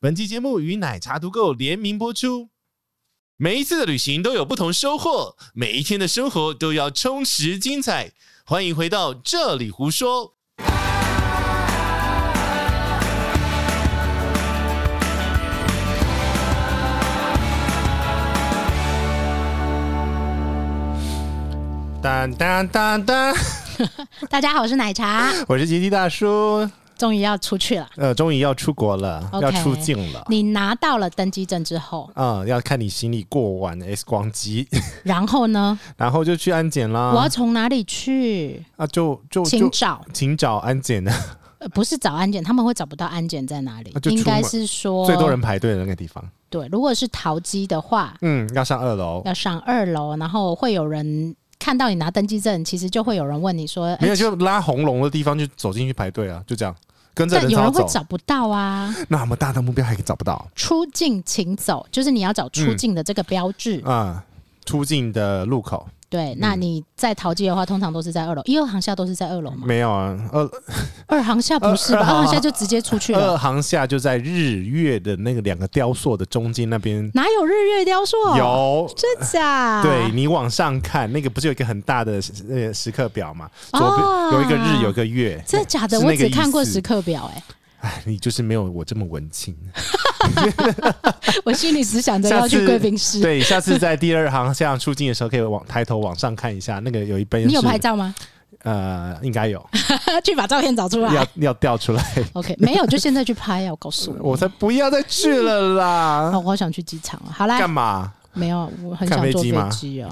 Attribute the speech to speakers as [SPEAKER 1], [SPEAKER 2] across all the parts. [SPEAKER 1] 本期节目与奶茶独购联名播出。每一次的旅行都有不同收获，每一天的生活都要充实精彩。欢迎回到这里胡说。当当当当，
[SPEAKER 2] 大家好，我是 奶茶，
[SPEAKER 1] 我是吉吉大叔。
[SPEAKER 2] 终于要出去了。
[SPEAKER 1] 呃，终于要出国了
[SPEAKER 2] OK
[SPEAKER 1] 要出境了。
[SPEAKER 2] 你拿到了登机证之 后，
[SPEAKER 1] 嗯，要看你行李过完的 X 光机，
[SPEAKER 2] 然后呢？
[SPEAKER 1] 然后就去安检
[SPEAKER 2] 我要
[SPEAKER 1] 啦。
[SPEAKER 2] 从哪里去？
[SPEAKER 1] 啊，就啊就
[SPEAKER 2] 请
[SPEAKER 1] 就
[SPEAKER 2] 找，
[SPEAKER 1] 请找安检的，
[SPEAKER 2] 呃不是找安检，他们会找不到安检在哪里
[SPEAKER 1] 那。就出门
[SPEAKER 2] 应该是说，
[SPEAKER 1] 最多人排队的那个地方。
[SPEAKER 2] 对，如果是淘机的话，
[SPEAKER 1] 嗯，要上二楼。
[SPEAKER 2] 要上二楼，然后会有人看到你拿登机证，其实就会有人问你说，
[SPEAKER 1] 没有，
[SPEAKER 2] 哎
[SPEAKER 1] 就拉红龙的地方就走进去排队啊，就这样，跟着
[SPEAKER 2] 但
[SPEAKER 1] 人
[SPEAKER 2] 有
[SPEAKER 1] 潮
[SPEAKER 2] 人会
[SPEAKER 1] 走。
[SPEAKER 2] 找不到啊。
[SPEAKER 1] 那么大的目标还找不到
[SPEAKER 2] 出境请走，就是你要找出境的这个标志。
[SPEAKER 1] 啊、出境的路口
[SPEAKER 2] 对，
[SPEAKER 1] 嗯
[SPEAKER 2] 那你在淘机的话，通常都是在二楼，一二航校都是在二楼嘛。
[SPEAKER 1] 没有啊，二
[SPEAKER 2] 二航校不是
[SPEAKER 1] 二呃二
[SPEAKER 2] 吧？
[SPEAKER 1] 航呃
[SPEAKER 2] 二航校就直接出去了
[SPEAKER 1] 二，航下就在日月的那个两个雕塑的中间那边、
[SPEAKER 2] 哪有日月雕塑？，
[SPEAKER 1] 有
[SPEAKER 2] 真假？
[SPEAKER 1] 对你往上看，那个不是有一个很大的时呃时刻表嘛？左
[SPEAKER 2] 哦
[SPEAKER 1] 边有一个日，有一个月。
[SPEAKER 2] 真的假的？
[SPEAKER 1] 是那
[SPEAKER 2] 我
[SPEAKER 1] 个
[SPEAKER 2] 只看过
[SPEAKER 1] 意思
[SPEAKER 2] 时刻表、欸，
[SPEAKER 1] 哎， 你就是没有我这么文青。
[SPEAKER 2] 我心里只想着要
[SPEAKER 1] 下次
[SPEAKER 2] 去贵宾室。
[SPEAKER 1] 对，下次在第二行像出境的时候，可以往抬头往上看一下，那个有一边
[SPEAKER 2] 你有
[SPEAKER 1] 是
[SPEAKER 2] 拍照吗？
[SPEAKER 1] 呃，应该有，
[SPEAKER 2] 去把照片找出来
[SPEAKER 1] 要。要掉出来。
[SPEAKER 2] OK，没有，就现在去拍啊！我告诉你，
[SPEAKER 1] 我才不要再去了
[SPEAKER 2] 哦
[SPEAKER 1] 啦！
[SPEAKER 2] 我好想去机场啊！好啦，
[SPEAKER 1] 干嘛？
[SPEAKER 2] 没有，啊我很
[SPEAKER 1] 看
[SPEAKER 2] 想
[SPEAKER 1] 飞
[SPEAKER 2] 坐
[SPEAKER 1] 机
[SPEAKER 2] 飞
[SPEAKER 1] 吗
[SPEAKER 2] 机哦，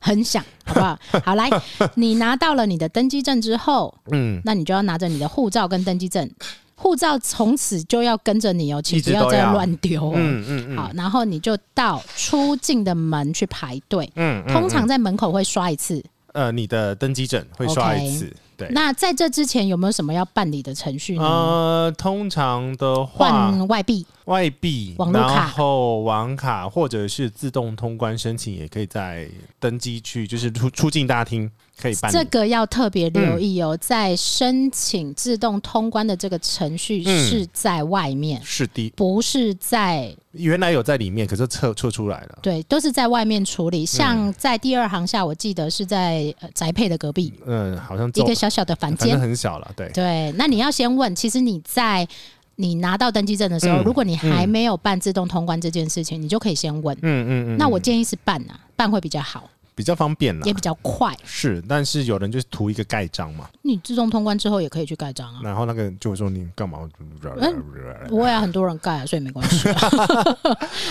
[SPEAKER 2] 很想，好不 好？好，来，你拿到了你的登机证之后，
[SPEAKER 1] 嗯，
[SPEAKER 2] 那你就要拿着你的护照跟登机证，护照从此就要跟着你哦，请
[SPEAKER 1] 一直
[SPEAKER 2] 不要
[SPEAKER 1] 都
[SPEAKER 2] 再
[SPEAKER 1] 要
[SPEAKER 2] 乱丢、哦。
[SPEAKER 1] 嗯嗯嗯
[SPEAKER 2] 好，然后你就到出境的门去排队。
[SPEAKER 1] 嗯，嗯
[SPEAKER 2] 通常在门口会刷一次。
[SPEAKER 1] 呃，你的登机证会刷一次，对。
[SPEAKER 2] 那在这之前有没有什么要办理的程序呢？
[SPEAKER 1] 呃，通常的话，
[SPEAKER 2] 换外币，
[SPEAKER 1] 外币、
[SPEAKER 2] 网路卡
[SPEAKER 1] 然后网卡或者是自动通关申请，也可以在登机区，就是出出境大厅可以办理。
[SPEAKER 2] 这个要特别留意
[SPEAKER 1] 嗯
[SPEAKER 2] 哦。在申请自动通关的这个程序
[SPEAKER 1] 嗯
[SPEAKER 2] 是在外面，
[SPEAKER 1] 是的，
[SPEAKER 2] 不是在
[SPEAKER 1] 原来有在里面，可是撤撤出来了。
[SPEAKER 2] 对，都是在外面处理。
[SPEAKER 1] 嗯
[SPEAKER 2] 像在第二行下，我记得是在呃宅配的隔壁
[SPEAKER 1] 嗯，好像
[SPEAKER 2] 一
[SPEAKER 1] 走
[SPEAKER 2] 个小小的房
[SPEAKER 1] 反正
[SPEAKER 2] 间。
[SPEAKER 1] 很小了，对。
[SPEAKER 2] 对，那你要先问，其实你在。你拿到登记证的时候，
[SPEAKER 1] 嗯
[SPEAKER 2] 如果你还没有办自动通关这件事情，你就可以先问。
[SPEAKER 1] 嗯嗯嗯，
[SPEAKER 2] 那我建议是办啊，办会比较好，
[SPEAKER 1] 比较方便啦
[SPEAKER 2] 也。比较快。
[SPEAKER 1] 是，但是有人就是图一个盖章嘛，
[SPEAKER 2] 你自动通关之后也可以去盖章啊。
[SPEAKER 1] 然后那个就会说你干嘛？
[SPEAKER 2] 嗯我也很多人盖、啊，所以没关系。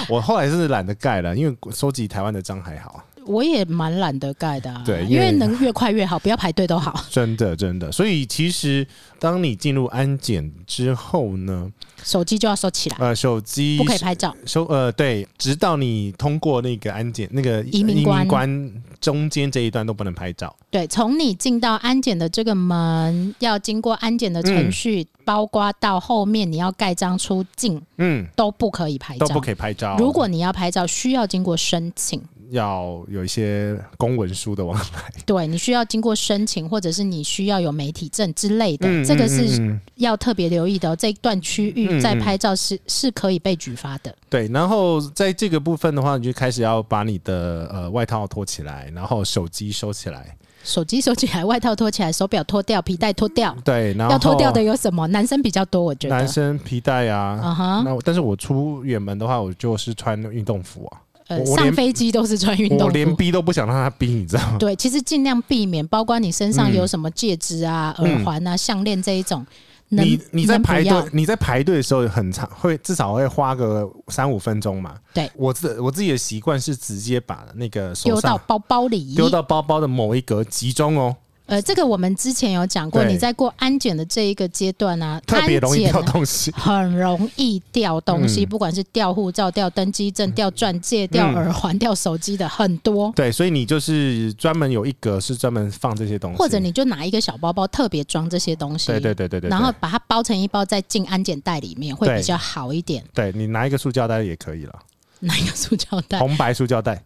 [SPEAKER 1] 我后来是懒得盖了，因为收集台湾的章还好，
[SPEAKER 2] 我也蛮懒得盖的、啊，
[SPEAKER 1] 对因
[SPEAKER 2] 因
[SPEAKER 1] 为
[SPEAKER 2] 为能越快越好，不要排队都好。
[SPEAKER 1] 真的真的。所以其实当你进入安检之后呢，
[SPEAKER 2] 手机就要收起来，
[SPEAKER 1] 呃，手机
[SPEAKER 2] 不可以拍照。
[SPEAKER 1] 收呃对，直到你通过那个安检那个呃
[SPEAKER 2] 移民官
[SPEAKER 1] 关中间这一段都不能拍照。
[SPEAKER 2] 对，从你进到安检的这个门，要经过安检的程序，包括到后面你要盖章出境，
[SPEAKER 1] 嗯。
[SPEAKER 2] 都不可以拍
[SPEAKER 1] 都
[SPEAKER 2] 照。
[SPEAKER 1] 不可以拍照。
[SPEAKER 2] 如果你要拍照，需要经过申请，
[SPEAKER 1] 要有一些公文书的往来，
[SPEAKER 2] 对你需要经过申请，或者是你需要有媒体证之类的，
[SPEAKER 1] 嗯
[SPEAKER 2] 这个是
[SPEAKER 1] 嗯嗯嗯
[SPEAKER 2] 要特别留意的、哦，这一段区
[SPEAKER 1] 嗯
[SPEAKER 2] 域在拍照是、是可以被举发的。
[SPEAKER 1] 对，然后在这个部分的话，你就开始要把你的呃外套脱起来，然后手机收起来，
[SPEAKER 2] 手机收起来，外套脱起来，手表脱掉，皮带脱掉。
[SPEAKER 1] 对，然后
[SPEAKER 2] 要脱掉的有什么？男生比较多，我觉得。
[SPEAKER 1] 男生皮带啊。
[SPEAKER 2] 啊哈，
[SPEAKER 1] 那我但是我出远门的话，我就是穿运动服啊，
[SPEAKER 2] 呃，
[SPEAKER 1] 我我连
[SPEAKER 2] 上飞机都是穿运
[SPEAKER 1] 我
[SPEAKER 2] 动
[SPEAKER 1] 连
[SPEAKER 2] 服。
[SPEAKER 1] 逼都不想让他逼，你知道吗？
[SPEAKER 2] 对，其实尽量避免，包括你身上
[SPEAKER 1] 嗯
[SPEAKER 2] 有什么戒指啊、
[SPEAKER 1] 嗯
[SPEAKER 2] 耳环啊、项链这一种，能
[SPEAKER 1] 你你在
[SPEAKER 2] 能不
[SPEAKER 1] 排
[SPEAKER 2] 要
[SPEAKER 1] 队，你在排队的时候很长，会至少会花个三五分钟嘛。
[SPEAKER 2] 对
[SPEAKER 1] 我自我自己的习惯是直接把那个手
[SPEAKER 2] 丢到
[SPEAKER 1] 上
[SPEAKER 2] 包包里。
[SPEAKER 1] 丢到包包的某一格集中哦，
[SPEAKER 2] 呃，这个我们之前有讲过，
[SPEAKER 1] 对
[SPEAKER 2] 你在过安检的这一个阶段啊，
[SPEAKER 1] 特别容易
[SPEAKER 2] 安检
[SPEAKER 1] 掉
[SPEAKER 2] 啊
[SPEAKER 1] 东西。
[SPEAKER 2] 很容易掉东西，
[SPEAKER 1] 嗯
[SPEAKER 2] 不管是掉护照、掉登机证、掉钻戒、掉耳环、掉手机的很多。
[SPEAKER 1] 对，所以你就是专门有一格是专门放这些东西，
[SPEAKER 2] 或者你就拿一个小包包，特别装这些东西，
[SPEAKER 1] 对对对对对，
[SPEAKER 2] 然后把它包成一包，再进安检袋里面会
[SPEAKER 1] 对
[SPEAKER 2] 比较好一点。
[SPEAKER 1] 对你拿一个塑胶袋也可以了，
[SPEAKER 2] 拿一个塑胶袋，
[SPEAKER 1] 红白塑胶袋。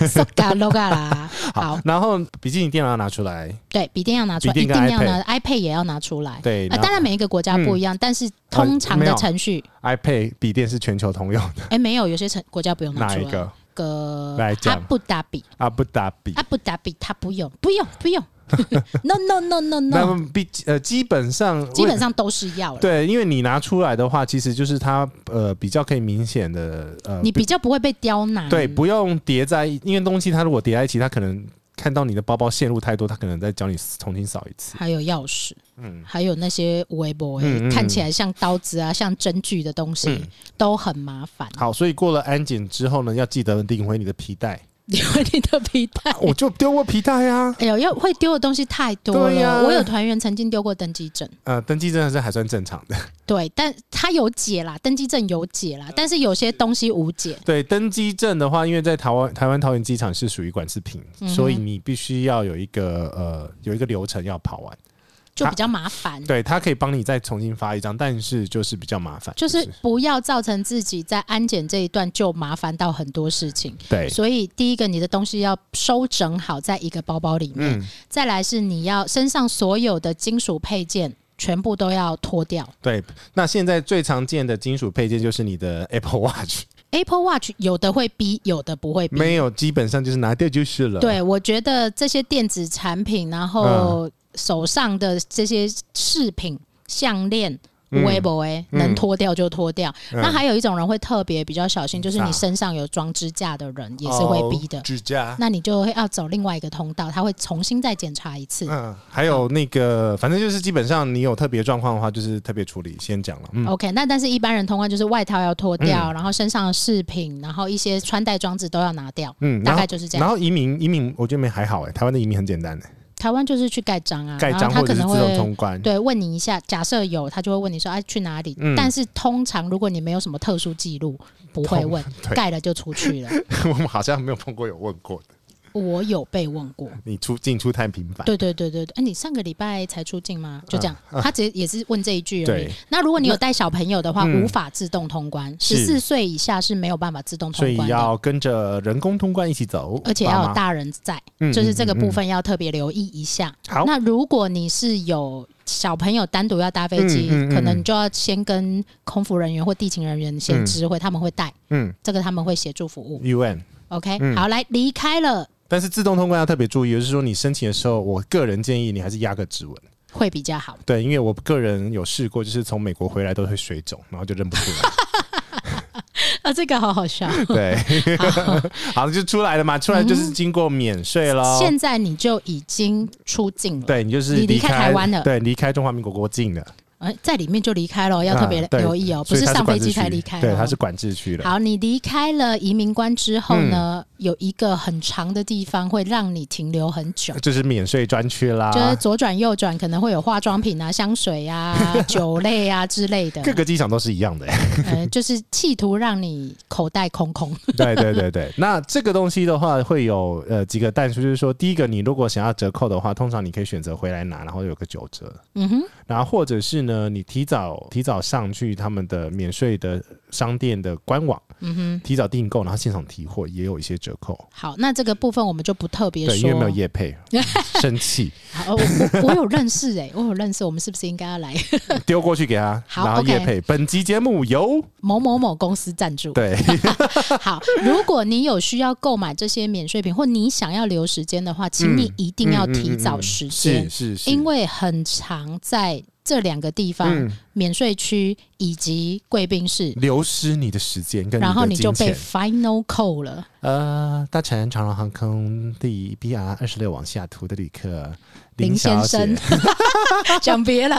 [SPEAKER 2] s g a l o g a 啦。好，
[SPEAKER 1] 然后笔记本电脑要拿出来，
[SPEAKER 2] 对笔电要拿出来，
[SPEAKER 1] 笔
[SPEAKER 2] 一
[SPEAKER 1] 电跟
[SPEAKER 2] 定要拿，iPad 也要拿出来。
[SPEAKER 1] 对
[SPEAKER 2] 啊，
[SPEAKER 1] 然后嗯呃
[SPEAKER 2] 当然每一个国家不一样，但是通常
[SPEAKER 1] 没
[SPEAKER 2] 的
[SPEAKER 1] 有
[SPEAKER 2] 程序，
[SPEAKER 1] iPad 笔电是全球通用的，
[SPEAKER 2] 哎、没有，有些城国家不用拿
[SPEAKER 1] 哪
[SPEAKER 2] 出
[SPEAKER 1] 一
[SPEAKER 2] 来。
[SPEAKER 1] 个？
[SPEAKER 2] 个
[SPEAKER 1] 来
[SPEAKER 2] 阿
[SPEAKER 1] 讲嗯
[SPEAKER 2] 布达比，
[SPEAKER 1] 阿布达比。
[SPEAKER 2] 阿布达比他不用，不用，不用。no no no no
[SPEAKER 1] 那
[SPEAKER 2] no，
[SPEAKER 1] 么笔呃，基本上
[SPEAKER 2] 基本上都是要了。
[SPEAKER 1] 对，因为你拿出来的话，其实就是它呃比较可以明显的呃，
[SPEAKER 2] 你比较不会被刁难。
[SPEAKER 1] 对，不用叠在，因为东西它如果叠在一起，它可能看到你的包包线路太多，它可能再教你重新扫一次。
[SPEAKER 2] 还有钥匙，
[SPEAKER 1] 嗯
[SPEAKER 2] 还有那些微博、哎
[SPEAKER 1] 嗯嗯嗯
[SPEAKER 2] 看起来像刀子啊、像针具的东西，
[SPEAKER 1] 嗯
[SPEAKER 2] 都很麻烦。
[SPEAKER 1] 好，所以过了安检之后呢，要记得领回你的皮 带。
[SPEAKER 2] 因为你的皮带，
[SPEAKER 1] 我就丢过皮带啊，
[SPEAKER 2] 哎呦，要会丢的东西太多
[SPEAKER 1] 对
[SPEAKER 2] 了。
[SPEAKER 1] 呀
[SPEAKER 2] 我有团员曾经丢过登机证，
[SPEAKER 1] 呃，登记真的是还算正常的。
[SPEAKER 2] 对，但他有解啦，登机证有解啦，但是有些东西无解。
[SPEAKER 1] 对，登机证的话，因为在台湾台湾桃园机场是属于管制品，
[SPEAKER 2] 嗯哼
[SPEAKER 1] 所以你必须要有一个呃有一个流程要跑完。
[SPEAKER 2] 就比较麻烦。
[SPEAKER 1] 对，它可以帮你再重新发一张，但是就是比较麻烦，
[SPEAKER 2] 就是不要造成自己在安检这一段就麻烦到很多事情，
[SPEAKER 1] 对，
[SPEAKER 2] 所以第一个，你的东西要收整好在一个包包里面；
[SPEAKER 1] 嗯，
[SPEAKER 2] 再来是你要身上所有的金属配件全部都要脱掉。
[SPEAKER 1] 对。那现在最常见的金属配件就是你的 Apple Watch，
[SPEAKER 2] Apple Watch 有的会逼，有的不会逼。
[SPEAKER 1] 没有，基本上就是拿掉就是了。，
[SPEAKER 2] 对，我觉得这些电子产品，然
[SPEAKER 1] 嗯
[SPEAKER 2] 后手上的这些饰品、项链。
[SPEAKER 1] 嗯
[SPEAKER 2] 微博哎，
[SPEAKER 1] 嗯
[SPEAKER 2] 能脱掉就脱掉。
[SPEAKER 1] 嗯
[SPEAKER 2] 那还有一种人会特别比较小心，就是
[SPEAKER 1] 啥
[SPEAKER 2] 你身上有装支架的人也是会逼的
[SPEAKER 1] 哦。指甲。
[SPEAKER 2] 那你就会要走另外一个通道，他会重新再检查一次。
[SPEAKER 1] 嗯，还有那个，反正就是基本上你有特别状况的话，就是特别处理，先讲了。嗯，
[SPEAKER 2] OK，那但是一般人通关就是外套要脱掉，然后身上的饰品，然后一些穿戴装置都要拿掉，
[SPEAKER 1] 嗯，然
[SPEAKER 2] 大
[SPEAKER 1] 后
[SPEAKER 2] 概就是这
[SPEAKER 1] 然
[SPEAKER 2] 样。
[SPEAKER 1] 后移民，移民我觉得没还好哎、台湾的移民很简单哎、
[SPEAKER 2] 台湾就是去盖章啊，
[SPEAKER 1] 盖
[SPEAKER 2] 然
[SPEAKER 1] 章
[SPEAKER 2] 后他
[SPEAKER 1] 或者
[SPEAKER 2] 可
[SPEAKER 1] 是
[SPEAKER 2] 能
[SPEAKER 1] 自动
[SPEAKER 2] 会
[SPEAKER 1] 通关。
[SPEAKER 2] 对问你一下，假设有他就会问你说哎、去哪里、
[SPEAKER 1] 嗯
[SPEAKER 2] 但是通常如果你没有什么特殊记录，不会问，
[SPEAKER 1] 对
[SPEAKER 2] 盖了就出去 了。
[SPEAKER 1] 我们好像没有碰过有问过的，
[SPEAKER 2] 我有被问过。
[SPEAKER 1] 你出进出太频繁。
[SPEAKER 2] 对对对对对，哎、你上个礼拜才出境吗？就这样，他直接也是问这一句而已
[SPEAKER 1] 啊对。
[SPEAKER 2] 那如果你有带小朋友的话，
[SPEAKER 1] 嗯
[SPEAKER 2] 无法自动通关，十
[SPEAKER 1] 是
[SPEAKER 2] 四岁以下是没有办法自动
[SPEAKER 1] 所
[SPEAKER 2] 通
[SPEAKER 1] 以
[SPEAKER 2] 关的。
[SPEAKER 1] 要跟着人工通关一起走，
[SPEAKER 2] 而且
[SPEAKER 1] 爸
[SPEAKER 2] 要
[SPEAKER 1] 妈
[SPEAKER 2] 有大人在，
[SPEAKER 1] 嗯
[SPEAKER 2] 就是这个
[SPEAKER 1] 嗯嗯
[SPEAKER 2] 部分要特别留意一下。
[SPEAKER 1] 好
[SPEAKER 2] 那如果你是有小朋友单独要搭飞机，
[SPEAKER 1] 嗯嗯嗯
[SPEAKER 2] 可能你就要先跟空服人员或地勤人员先知会，他们会带
[SPEAKER 1] 嗯
[SPEAKER 2] 这个，他们会协助服务。
[SPEAKER 1] UN。
[SPEAKER 2] OK，、
[SPEAKER 1] 嗯
[SPEAKER 2] 好，来离开了
[SPEAKER 1] 但是自动通关要特别注意，就是说你申请的时候，我个人建议你还是压个指纹。
[SPEAKER 2] 会比较好。
[SPEAKER 1] 对，因为我个人有试过，就是从美国回来都会水肿，然后就认不出来。
[SPEAKER 2] 啊，这个好好笑。
[SPEAKER 1] 对，好，就出来了嘛，出来就是经过免税喽。
[SPEAKER 2] 嗯现在你就已经出境了，
[SPEAKER 1] 对你就是
[SPEAKER 2] 你离开台湾了
[SPEAKER 1] 对，离开中华民国国境了，
[SPEAKER 2] 哎，在里面就离开了，要特别
[SPEAKER 1] 啊对
[SPEAKER 2] 留意哦，不
[SPEAKER 1] 所以它是
[SPEAKER 2] 上飞
[SPEAKER 1] 管制
[SPEAKER 2] 机
[SPEAKER 1] 区
[SPEAKER 2] 才离开哦。
[SPEAKER 1] 对，它是管制区嗯了。
[SPEAKER 2] 好，你离开了移民关之后呢，有一个很长的地方会让你停留很久。
[SPEAKER 1] 就是免税专区啦，
[SPEAKER 2] 就是左转右转可能会有化妆品啊、香水 啊、酒类啊之类的，
[SPEAKER 1] 各个机场都是一 样的、
[SPEAKER 2] 呃，就是企图让你口袋空空。
[SPEAKER 1] 对对对对，那这个东西的话，会有呃几个弹数，就是说，第一个，你如果想要折扣的话，通常你可以选择回来拿，然后有个九折，
[SPEAKER 2] 嗯哼，
[SPEAKER 1] 然后或者是呢，你提早提早上去他们的免税的商店的官网，
[SPEAKER 2] 嗯哼。
[SPEAKER 1] 提早订购，然后现场提货也有一些折扣，
[SPEAKER 2] 好，那这个部分我们就不特别
[SPEAKER 1] 对，因
[SPEAKER 2] 说
[SPEAKER 1] 为。没有业配， 生 气
[SPEAKER 2] 好，我哦我我有认识哎、我有认识，我们是不是应该要来
[SPEAKER 1] 丢过去给他，
[SPEAKER 2] 好
[SPEAKER 1] 然后
[SPEAKER 2] OK
[SPEAKER 1] 业配。本集节目 由
[SPEAKER 2] 某某某公司赞助？
[SPEAKER 1] 对
[SPEAKER 2] 好，如果你有需要购买这些免税品，或你想要留时间的话，请
[SPEAKER 1] 嗯
[SPEAKER 2] 你一定要提早时间，
[SPEAKER 1] 是是是，
[SPEAKER 2] 因为很常在这两个地方，
[SPEAKER 1] 嗯
[SPEAKER 2] 免税区以及贵宾室，
[SPEAKER 1] 流失你的时间跟
[SPEAKER 2] 嗯然后
[SPEAKER 1] 你
[SPEAKER 2] 你
[SPEAKER 1] 的
[SPEAKER 2] 就
[SPEAKER 1] 金
[SPEAKER 2] 被
[SPEAKER 1] 钱。
[SPEAKER 2] final call 了。
[SPEAKER 1] 呃，搭乘长荣航空第 BR 二十六往下途的旅客
[SPEAKER 2] 林
[SPEAKER 1] 小
[SPEAKER 2] 先
[SPEAKER 1] 姐
[SPEAKER 2] 生，讲 别人，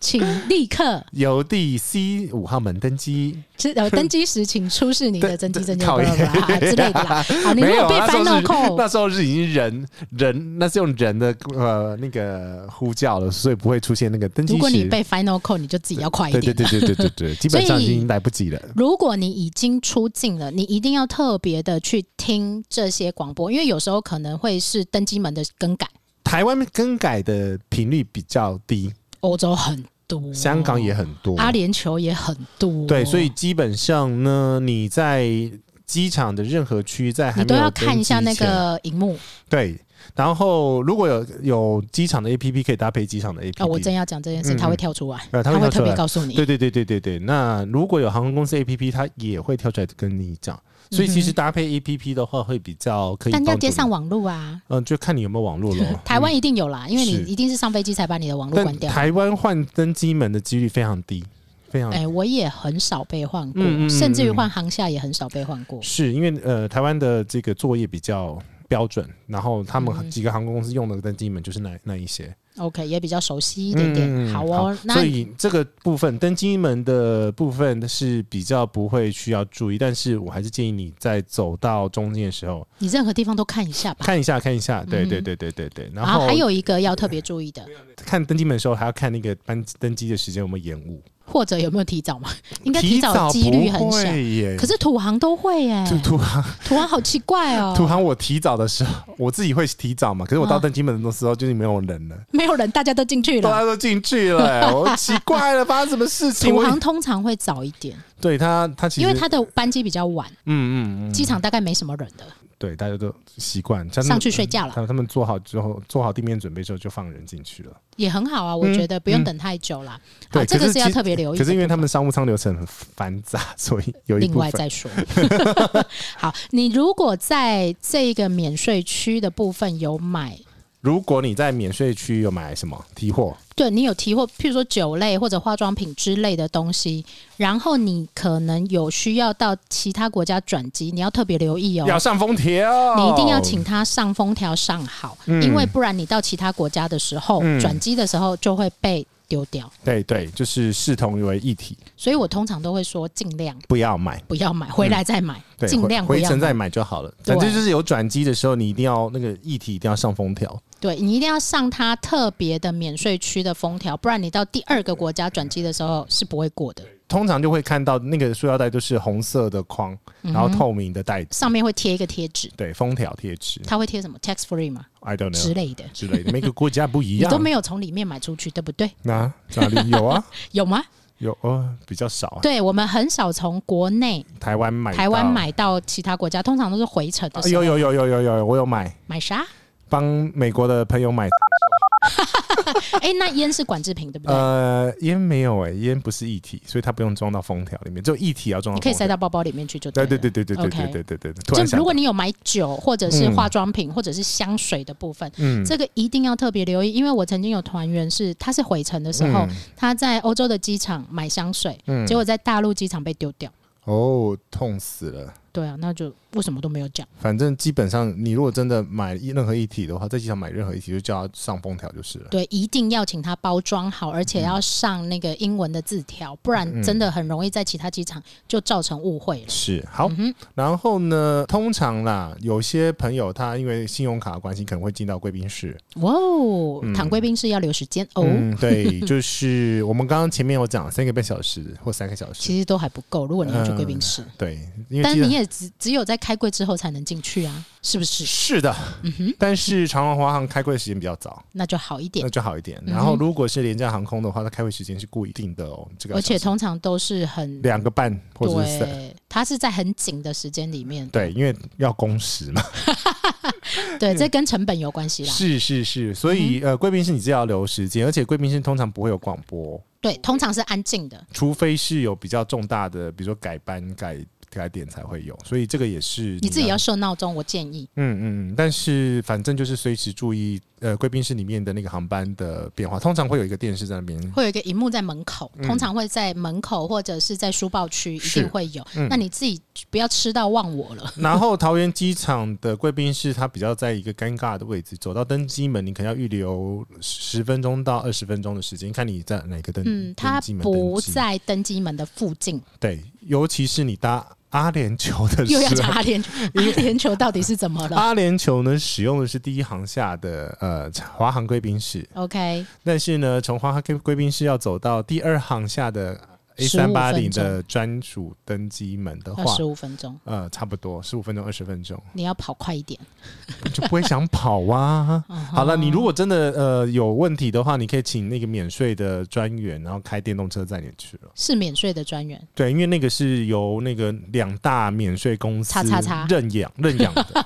[SPEAKER 2] 请立刻
[SPEAKER 1] 由第 C 五号门登机。
[SPEAKER 2] 是呃登机时请出示你的登机证件
[SPEAKER 1] 讨厌
[SPEAKER 2] blah blah blah 之类的 啦。 好，你如
[SPEAKER 1] 没有
[SPEAKER 2] 果被
[SPEAKER 1] 啊，那时候
[SPEAKER 2] final
[SPEAKER 1] 是
[SPEAKER 2] call，
[SPEAKER 1] 那时候是已经人人，那是用人的呃那个呼叫了，所以不会出现那个登机时。
[SPEAKER 2] 如果你被 final call，你就自己要快一
[SPEAKER 1] 对对
[SPEAKER 2] 点。
[SPEAKER 1] 对对对对 对，基本上已
[SPEAKER 2] 所以
[SPEAKER 1] 经来不及了。
[SPEAKER 2] 如果你已经出境了，你一定要特别的去听这些广播，因为有时候可能会是登机门的更改，
[SPEAKER 1] 台湾更改的频率比较低，
[SPEAKER 2] 欧洲很多，
[SPEAKER 1] 香港也很多，
[SPEAKER 2] 哦阿联酋也很多，
[SPEAKER 1] 对，所以基本上呢，你在机场的任何区，在还
[SPEAKER 2] 你
[SPEAKER 1] 没
[SPEAKER 2] 都
[SPEAKER 1] 有
[SPEAKER 2] 要看一下
[SPEAKER 1] 登
[SPEAKER 2] 那
[SPEAKER 1] 机前
[SPEAKER 2] 个荧幕
[SPEAKER 1] 对。然后如果有有机场的 A P P 可以搭配机场的 A P
[SPEAKER 2] 啊、哦！我
[SPEAKER 1] P，
[SPEAKER 2] 真要讲这件事，
[SPEAKER 1] 嗯
[SPEAKER 2] 他会跳出来，
[SPEAKER 1] 呃它会
[SPEAKER 2] 他
[SPEAKER 1] 跳
[SPEAKER 2] 特
[SPEAKER 1] 出
[SPEAKER 2] 别
[SPEAKER 1] 来
[SPEAKER 2] 告诉你，
[SPEAKER 1] 对对对对对对。那如果有航空公司 A P P，它也会跳出来跟你讲。所以其实搭配 A P P 的话，会比较可以。
[SPEAKER 2] 嗯但要接上，网络啊。
[SPEAKER 1] 嗯，就看你有没有网络咯。
[SPEAKER 2] 台湾一定有啦，因为你
[SPEAKER 1] 嗯是
[SPEAKER 2] 一定是上飞机才把你的网络关
[SPEAKER 1] 但
[SPEAKER 2] 掉。
[SPEAKER 1] 台湾换登机门的几率非常低，非常低
[SPEAKER 2] 哎、我也很少被换过，
[SPEAKER 1] 嗯嗯嗯
[SPEAKER 2] 甚至于
[SPEAKER 1] 嗯
[SPEAKER 2] 换航下也很少被换过。
[SPEAKER 1] 是因为呃，台湾的这个作业比较标准，然后他
[SPEAKER 2] 嗯
[SPEAKER 1] 们几个航空公司用的登机门就是那那一些
[SPEAKER 2] OK，也比较熟悉一点点。
[SPEAKER 1] 嗯嗯嗯
[SPEAKER 2] 好哦，那
[SPEAKER 1] 所以这个部分登机门的部分是比较不会需要注意，但是我还是建议你在走到中间的时候
[SPEAKER 2] 你任何地方都看一下吧。
[SPEAKER 1] 看一下看一下，对
[SPEAKER 2] 啊嗯
[SPEAKER 1] 对对对对对，然
[SPEAKER 2] 然
[SPEAKER 1] 后
[SPEAKER 2] 后还有一个要特别注意的，
[SPEAKER 1] 看登机门的时候还要看那个班登机的时间有没有延误，
[SPEAKER 2] 或者有没有提早嘛？ 应该
[SPEAKER 1] 提
[SPEAKER 2] 早
[SPEAKER 1] 不
[SPEAKER 2] 几率很小。
[SPEAKER 1] 会耶，
[SPEAKER 2] 可是土航都会耶、
[SPEAKER 1] 就突然
[SPEAKER 2] 土航好奇怪哦、
[SPEAKER 1] 土航我提早的时候，我自己会提早嘛，可是我
[SPEAKER 2] 啊
[SPEAKER 1] 到登机门的时候就是没有人了。
[SPEAKER 2] 没有人，大家都进去
[SPEAKER 1] 大
[SPEAKER 2] 了。
[SPEAKER 1] 家都进去了、欸，我奇怪了，发生什么事 情？
[SPEAKER 2] 土
[SPEAKER 1] 我
[SPEAKER 2] 航通常会早一点，
[SPEAKER 1] 对他，他其实
[SPEAKER 2] 因为他的班机比较晚，
[SPEAKER 1] 嗯嗯嗯，
[SPEAKER 2] 机场大概没什么人的，
[SPEAKER 1] 对大家都习惯，像他们
[SPEAKER 2] 上去睡觉了
[SPEAKER 1] 他们他们做好之后，做好地面准备之后就放人进去了。
[SPEAKER 2] 也很好啊。我
[SPEAKER 1] 嗯
[SPEAKER 2] 觉得不用
[SPEAKER 1] 嗯
[SPEAKER 2] 等太久啦。
[SPEAKER 1] 对
[SPEAKER 2] 好，这
[SPEAKER 1] 可
[SPEAKER 2] 个
[SPEAKER 1] 是
[SPEAKER 2] 是要
[SPEAKER 1] 其
[SPEAKER 2] 特别留意
[SPEAKER 1] 可
[SPEAKER 2] 的部分。
[SPEAKER 1] 是因为他们商务舱流程很繁杂， 所以有一
[SPEAKER 2] 另
[SPEAKER 1] 部
[SPEAKER 2] 外
[SPEAKER 1] 分
[SPEAKER 2] 再说。 好，你如果在这个免税区的部分有买，
[SPEAKER 1] 如果你在免税区有买什么提货，
[SPEAKER 2] 对你有提货，譬如说酒类或者化妆品之类的东西，然后你可能有需要到其他国家转机，你要特别留意哦。
[SPEAKER 1] 要上封条，
[SPEAKER 2] 你一定要请他上封条上好，
[SPEAKER 1] 嗯
[SPEAKER 2] 因为不然你到其他国家的时候，
[SPEAKER 1] 嗯
[SPEAKER 2] 转机的时候就会被丢掉。
[SPEAKER 1] 对对，就是视同为一体，
[SPEAKER 2] 所以我通常都会说，尽量
[SPEAKER 1] 不要买。
[SPEAKER 2] 不要买，回来再买，
[SPEAKER 1] 嗯对，
[SPEAKER 2] 尽量不
[SPEAKER 1] 回回
[SPEAKER 2] 要
[SPEAKER 1] 程
[SPEAKER 2] 买
[SPEAKER 1] 再买就好了。
[SPEAKER 2] 对
[SPEAKER 1] 反正就是有转机的时候，你一定要那个一体一定要上封条。
[SPEAKER 2] 对你一定要上它特别的免税区的封条，不然你到第二个国家转机的时候是不会过的。
[SPEAKER 1] 通常就会看到那个塑料袋都是红色的框，
[SPEAKER 2] 嗯
[SPEAKER 1] 然后透明的袋子，
[SPEAKER 2] 上面会贴一个贴纸，
[SPEAKER 1] 对，封条贴纸
[SPEAKER 2] 它会贴什么 tax free 嘛
[SPEAKER 1] ，I don't
[SPEAKER 2] 之
[SPEAKER 1] know
[SPEAKER 2] 类的，
[SPEAKER 1] 之类的，每个国家不一
[SPEAKER 2] 你
[SPEAKER 1] 样。
[SPEAKER 2] 都没有从里面买出去，对不对？
[SPEAKER 1] 那哪里有啊？
[SPEAKER 2] 有吗？
[SPEAKER 1] 有哦，比较少啊。
[SPEAKER 2] 对我们很少从国内
[SPEAKER 1] 台湾买到，
[SPEAKER 2] 台湾买到其他国家，通常都是回程的
[SPEAKER 1] 啊
[SPEAKER 2] 时候
[SPEAKER 1] 有有有有有有有，我有买，
[SPEAKER 2] 买啥？
[SPEAKER 1] 帮美国的朋友买。
[SPEAKER 2] 哎、那烟是管制品，对 不对？
[SPEAKER 1] 呃，烟没有哎，烟不是一体，所以它不用装到封条里面，就一体要装
[SPEAKER 2] 你
[SPEAKER 1] 到
[SPEAKER 2] 可以
[SPEAKER 1] 封
[SPEAKER 2] 塞
[SPEAKER 1] 条。
[SPEAKER 2] 到包包里面去就
[SPEAKER 1] 对
[SPEAKER 2] 了。
[SPEAKER 1] 哦对对对对对
[SPEAKER 2] OK
[SPEAKER 1] 对对对对。突然
[SPEAKER 2] 就
[SPEAKER 1] 想
[SPEAKER 2] 如果
[SPEAKER 1] 到，
[SPEAKER 2] 你有买酒或者是化妆品、或者是香水的部分，
[SPEAKER 1] 嗯
[SPEAKER 2] 这个一定要特别留意，因为我曾经有团员是，他是回程的时候，
[SPEAKER 1] 嗯
[SPEAKER 2] 他在欧洲的机场买香水，
[SPEAKER 1] 嗯
[SPEAKER 2] 结果在大陆机场被丢掉。
[SPEAKER 1] 哦，痛死了。
[SPEAKER 2] 对啊，那就为什么都没有讲？
[SPEAKER 1] 反正基本上，你如果真的买一任何一体的话，在机场买任何一体，就叫它上封条就是了。
[SPEAKER 2] 对，一定要请他包装好，而且要上那个英文的字条，不
[SPEAKER 1] 嗯
[SPEAKER 2] 然真的很容易在其他机场就造成误会了。
[SPEAKER 1] 是好，
[SPEAKER 2] 嗯哼，
[SPEAKER 1] 然后呢，通常啦，有些朋友他因为信用卡的关系，可能会进到贵宾室。
[SPEAKER 2] 哇哦，
[SPEAKER 1] 嗯
[SPEAKER 2] 躺贵宾室要留时间哦，
[SPEAKER 1] 嗯，对，就是我们刚刚前面有讲三个半小时或三个小时，
[SPEAKER 2] 其实都还不够，如果你要去贵宾室。
[SPEAKER 1] 对，嗯因为
[SPEAKER 2] 但
[SPEAKER 1] 记得
[SPEAKER 2] 你也只只有在开柜之后才能进去啊，是不是？
[SPEAKER 1] 是的，
[SPEAKER 2] 嗯
[SPEAKER 1] 但是长荣华航开会的时间比较早，
[SPEAKER 2] 那就好一点
[SPEAKER 1] 那。就好一点。
[SPEAKER 2] 嗯
[SPEAKER 1] 然后如果是廉价航空的话，它开会时间是固定的哦，这个要
[SPEAKER 2] 而且
[SPEAKER 1] 小心
[SPEAKER 2] 通常都是很
[SPEAKER 1] 两个半或者是三。
[SPEAKER 2] 对，它是在很紧的时间里 面。
[SPEAKER 1] 对，因为要工时嘛，
[SPEAKER 2] 对，这跟成本有关系啦。
[SPEAKER 1] 嗯
[SPEAKER 2] 嗯
[SPEAKER 1] 是是是，所以、呃，贵宾室你自己要留时间，而且贵宾室通常不会有广播，
[SPEAKER 2] 对，通常是安静的。
[SPEAKER 1] 除非是有比较重大的，比如说改班、改改点才会有，所以这个也是
[SPEAKER 2] 你自己要设闹钟，我建议。
[SPEAKER 1] 嗯嗯，嗯但是反正就是随时注意呃贵宾室里面的那个航班的变化，通常会有一个电视在那边。
[SPEAKER 2] 会有一个荧幕在门口，通常会在门口或者是在书报区一定
[SPEAKER 1] 嗯是
[SPEAKER 2] 会有。
[SPEAKER 1] 嗯
[SPEAKER 2] 那你自己不要吃到忘我了。
[SPEAKER 1] 然后桃园机场的贵宾室它比较在一个尴尬的位置，走到登机门你可能要预留十分钟到二十分钟的时间，看你在哪个登
[SPEAKER 2] 嗯，它
[SPEAKER 1] 登机门登
[SPEAKER 2] 不
[SPEAKER 1] 机
[SPEAKER 2] 在登机门的附近，
[SPEAKER 1] 对，尤其是你搭阿联酋的
[SPEAKER 2] 又要
[SPEAKER 1] 时
[SPEAKER 2] 讲
[SPEAKER 1] 候。
[SPEAKER 2] 阿联酋，阿联酋到底是怎么 了
[SPEAKER 1] 阿联酋呢，使用的是第一航下的呃华航贵宾室，
[SPEAKER 2] ？OK，
[SPEAKER 1] 但是呢，从华航贵贵宾室要走到第二航下的
[SPEAKER 2] 15
[SPEAKER 1] A 三八
[SPEAKER 2] 分
[SPEAKER 1] 零
[SPEAKER 2] 钟
[SPEAKER 1] 的专属登机门的
[SPEAKER 2] 要
[SPEAKER 1] 话，
[SPEAKER 2] 十五分钟，
[SPEAKER 1] 呃，差不多十五分钟、二十分钟，
[SPEAKER 2] 你要跑快一点。
[SPEAKER 1] 就不会想跑 啊。
[SPEAKER 2] 嗯哼
[SPEAKER 1] 好了，你如果真的呃有问题的话，你可以请那个免税的专员，然后开电动车载你去了。
[SPEAKER 2] 是免税的专员，
[SPEAKER 1] 对，因为那个是由那个两大免税公司
[SPEAKER 2] 叉叉叉
[SPEAKER 1] 认养认养的。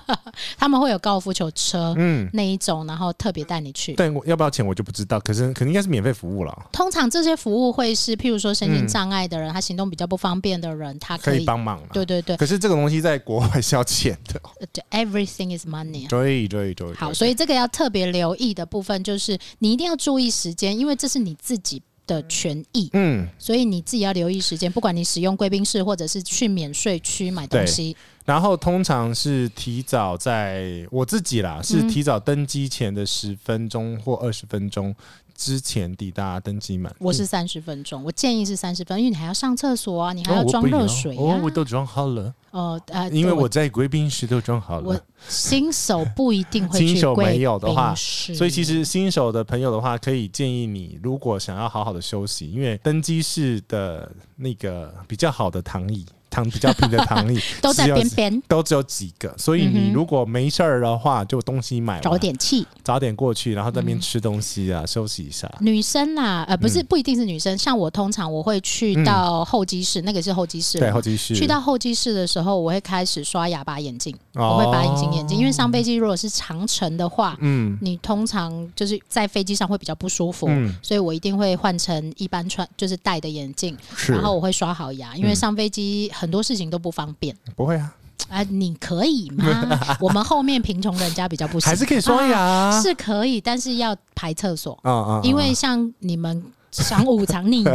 [SPEAKER 2] 他们会有高尔夫球车
[SPEAKER 1] 嗯，
[SPEAKER 2] 那一种，然后特别带你去。
[SPEAKER 1] 但我要不要钱我就不知道，可是可能应该是免费服务了，
[SPEAKER 2] 通常这些服务会是，譬如说身心
[SPEAKER 1] 嗯
[SPEAKER 2] 障碍的人，他行动比较不方便的人，他
[SPEAKER 1] 可
[SPEAKER 2] 可
[SPEAKER 1] 以
[SPEAKER 2] 以。
[SPEAKER 1] 帮忙了。
[SPEAKER 2] 对对对
[SPEAKER 1] 可是这个东西在国外是要钱的。
[SPEAKER 2] 呃对，everything is money。
[SPEAKER 1] 对对对。
[SPEAKER 2] 啊好，
[SPEAKER 1] 对
[SPEAKER 2] 所以这个要特别留意的部分就是，你一定要注意时间，因为这是你自己的权益，
[SPEAKER 1] 嗯，
[SPEAKER 2] 所以你自己要留意时间。不管你使用贵宾室，或者是去免税区买东西，
[SPEAKER 1] 然后通常是提早在我自己
[SPEAKER 2] 嗯
[SPEAKER 1] 啦，是提早登机前的十分钟或二十分钟之前抵达登机门。
[SPEAKER 2] 我是三十分钟，我建议是三十分，因为你还要上厕所啊，你还
[SPEAKER 1] 哦
[SPEAKER 2] 要
[SPEAKER 1] 我
[SPEAKER 2] 装
[SPEAKER 1] 不一样
[SPEAKER 2] 热水
[SPEAKER 1] 哦
[SPEAKER 2] 啊，
[SPEAKER 1] 我。都装好了，
[SPEAKER 2] 哦，呃，
[SPEAKER 1] 因为
[SPEAKER 2] 对
[SPEAKER 1] 我在贵宾室都装好
[SPEAKER 2] 我
[SPEAKER 1] 了。
[SPEAKER 2] 新手不一定会
[SPEAKER 1] 新
[SPEAKER 2] 去
[SPEAKER 1] 手
[SPEAKER 2] 贵
[SPEAKER 1] 没有的话
[SPEAKER 2] 宾室
[SPEAKER 1] 所以其实新手的朋友的话，可以建议你，如果想要好好的休息，因为登机室的那个比较好的躺椅，躺 比较平的躺椅
[SPEAKER 2] 都在
[SPEAKER 1] 只有
[SPEAKER 2] 边边
[SPEAKER 1] 都只有几个，所以
[SPEAKER 2] 嗯哼
[SPEAKER 1] 你如果没事儿的话，就东西买
[SPEAKER 2] 找
[SPEAKER 1] 完，
[SPEAKER 2] 点嗯气。
[SPEAKER 1] 早点过去，然后在那边吃东西啊，休息一下。
[SPEAKER 2] 女生啦，呃，不是
[SPEAKER 1] 嗯
[SPEAKER 2] 不一定是女生，像我通常我会去
[SPEAKER 1] 嗯
[SPEAKER 2] 到候机室，那个是候机室
[SPEAKER 1] 对，
[SPEAKER 2] 了嘛，
[SPEAKER 1] 后继续
[SPEAKER 2] 去到候机室的时候，我会开始刷哑巴眼镜，
[SPEAKER 1] 哦
[SPEAKER 2] 我会拔隐形眼镜，因为上飞机如果是长程的话，
[SPEAKER 1] 嗯
[SPEAKER 2] 你通常就是在飞机上会比较不舒服，
[SPEAKER 1] 嗯
[SPEAKER 2] 所以我一定会换成一般穿就是戴的眼镜，
[SPEAKER 1] 是，嗯
[SPEAKER 2] 然后我会刷好牙，因为上飞机很多事情都不方便
[SPEAKER 1] 不会啊，
[SPEAKER 2] 啊、你可以 吗？我们后面贫穷人家比较不行，
[SPEAKER 1] 还是可以刷牙啊
[SPEAKER 2] 是可以，但是要排厕所，
[SPEAKER 1] 啊啊，
[SPEAKER 2] 因为像你们。商务舱，你们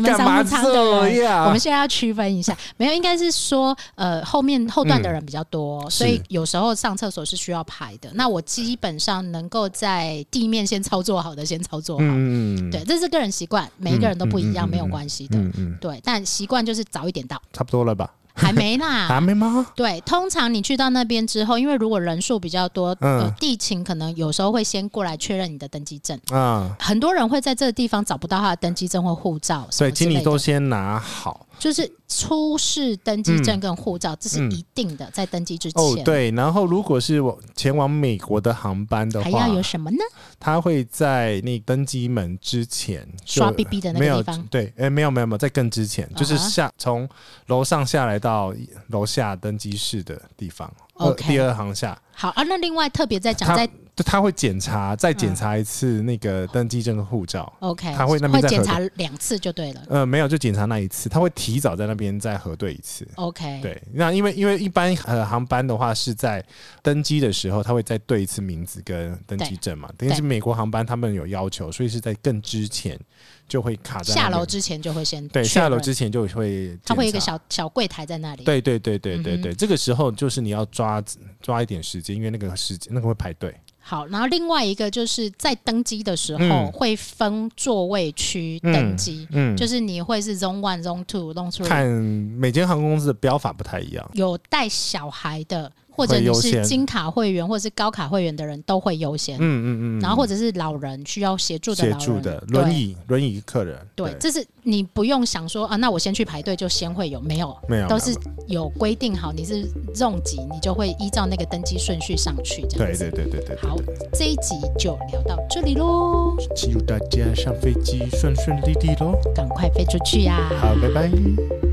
[SPEAKER 2] 们
[SPEAKER 1] 干
[SPEAKER 2] 商
[SPEAKER 1] 嘛啊
[SPEAKER 2] 务舱的人
[SPEAKER 1] 这，样
[SPEAKER 2] 我们现在要区分一下，没有，应该是说，呃，后面后段的人比较多，
[SPEAKER 1] 嗯
[SPEAKER 2] 所以有时候上厕所是需要排的。那我基本上能够在地面先操作好的，先操作好。
[SPEAKER 1] 嗯嗯
[SPEAKER 2] 对，这是个人习惯，每一个人都不一样，
[SPEAKER 1] 嗯嗯嗯嗯
[SPEAKER 2] 没有关系的。
[SPEAKER 1] 嗯嗯，
[SPEAKER 2] 对，但习惯就是早一点到，
[SPEAKER 1] 差不多了吧？
[SPEAKER 2] 还没 啦。
[SPEAKER 1] 还没吗？
[SPEAKER 2] 对，通常你去到那边之后，因为如果人数比较多，
[SPEAKER 1] 嗯
[SPEAKER 2] 呃，地勤可能有时候会先过来确认你的登机证。
[SPEAKER 1] 啊，
[SPEAKER 2] 很多人会在这个地方找不到他的登机证或护照什
[SPEAKER 1] 所
[SPEAKER 2] 么
[SPEAKER 1] 以
[SPEAKER 2] 之
[SPEAKER 1] 请你
[SPEAKER 2] 类的，
[SPEAKER 1] 都先拿好
[SPEAKER 2] 就是出示登机证跟护照，这是一定的，在登机之前。
[SPEAKER 1] 嗯哦。对，然后如果是我前往美国的航班的
[SPEAKER 2] 还
[SPEAKER 1] 话
[SPEAKER 2] 要，有什么呢？
[SPEAKER 1] 他会在那登机门之前就
[SPEAKER 2] 刷 BB 的那
[SPEAKER 1] 没
[SPEAKER 2] 个地
[SPEAKER 1] 有
[SPEAKER 2] 方，
[SPEAKER 1] 对，哎、没有没有没有，在更之前，就是
[SPEAKER 2] 啊哈
[SPEAKER 1] 下从楼上下来到楼下登机室的地方，呃
[SPEAKER 2] OK
[SPEAKER 1] 第二行下，
[SPEAKER 2] 好啊，那另外特别在讲嗯
[SPEAKER 1] 他
[SPEAKER 2] 在
[SPEAKER 1] 就他会检查，再检查一次那个登机证和护照。
[SPEAKER 2] OK，
[SPEAKER 1] 他会那边再
[SPEAKER 2] 检
[SPEAKER 1] 核
[SPEAKER 2] 查两次就对了。
[SPEAKER 1] 呃，没有，就检查那一次，他会提早在那边再核对一次。
[SPEAKER 2] OK，
[SPEAKER 1] 对，那因为因为一般呃航班的话是在登机的时候，他会再对一次名字跟登机证嘛。但是美国航班他们有要求，所以是在更之前就会卡在那
[SPEAKER 2] 下
[SPEAKER 1] 边
[SPEAKER 2] 楼之前就会先
[SPEAKER 1] 对，
[SPEAKER 2] 确
[SPEAKER 1] 下楼
[SPEAKER 2] 认
[SPEAKER 1] 之前就会
[SPEAKER 2] 他会有一
[SPEAKER 1] 检
[SPEAKER 2] 个
[SPEAKER 1] 查
[SPEAKER 2] 小小柜台在那里。
[SPEAKER 1] 对对对对对
[SPEAKER 2] 嗯
[SPEAKER 1] 对，这个时候就是你要抓抓一点时间，因为那个时间那个会排队。
[SPEAKER 2] 好，然后另外一个就是在登机的时候、
[SPEAKER 1] 嗯
[SPEAKER 2] 会分座位区登机，
[SPEAKER 1] 嗯，
[SPEAKER 2] 就是你会是 Zone One、Zone Two、Zone Three，
[SPEAKER 1] 看每间航空公司的标法不太一样。
[SPEAKER 2] 有带小孩的，或者
[SPEAKER 1] 会
[SPEAKER 2] 你
[SPEAKER 1] 优
[SPEAKER 2] 是
[SPEAKER 1] 先
[SPEAKER 2] 金卡会员或是高卡会员的人都会优先，
[SPEAKER 1] 嗯嗯嗯，
[SPEAKER 2] 然后或者是老人需要协助的
[SPEAKER 1] 协
[SPEAKER 2] 老人
[SPEAKER 1] 助的
[SPEAKER 2] 对
[SPEAKER 1] 轮椅轮椅客人，
[SPEAKER 2] 对，这是你不用想说啊，那我先去排队就先会有，没有，
[SPEAKER 1] 没有
[SPEAKER 2] 都
[SPEAKER 1] 没有
[SPEAKER 2] 是有规定好，你是 Zone 几，你就会依照那个登机顺序上去这样
[SPEAKER 1] 对对
[SPEAKER 2] 子。
[SPEAKER 1] 对对对对
[SPEAKER 2] 好，这一集就聊到这里喽。
[SPEAKER 1] 对，祝大家上飞机顺顺利利喽。
[SPEAKER 2] 赶快飞出去呀、啊
[SPEAKER 1] 好，拜拜。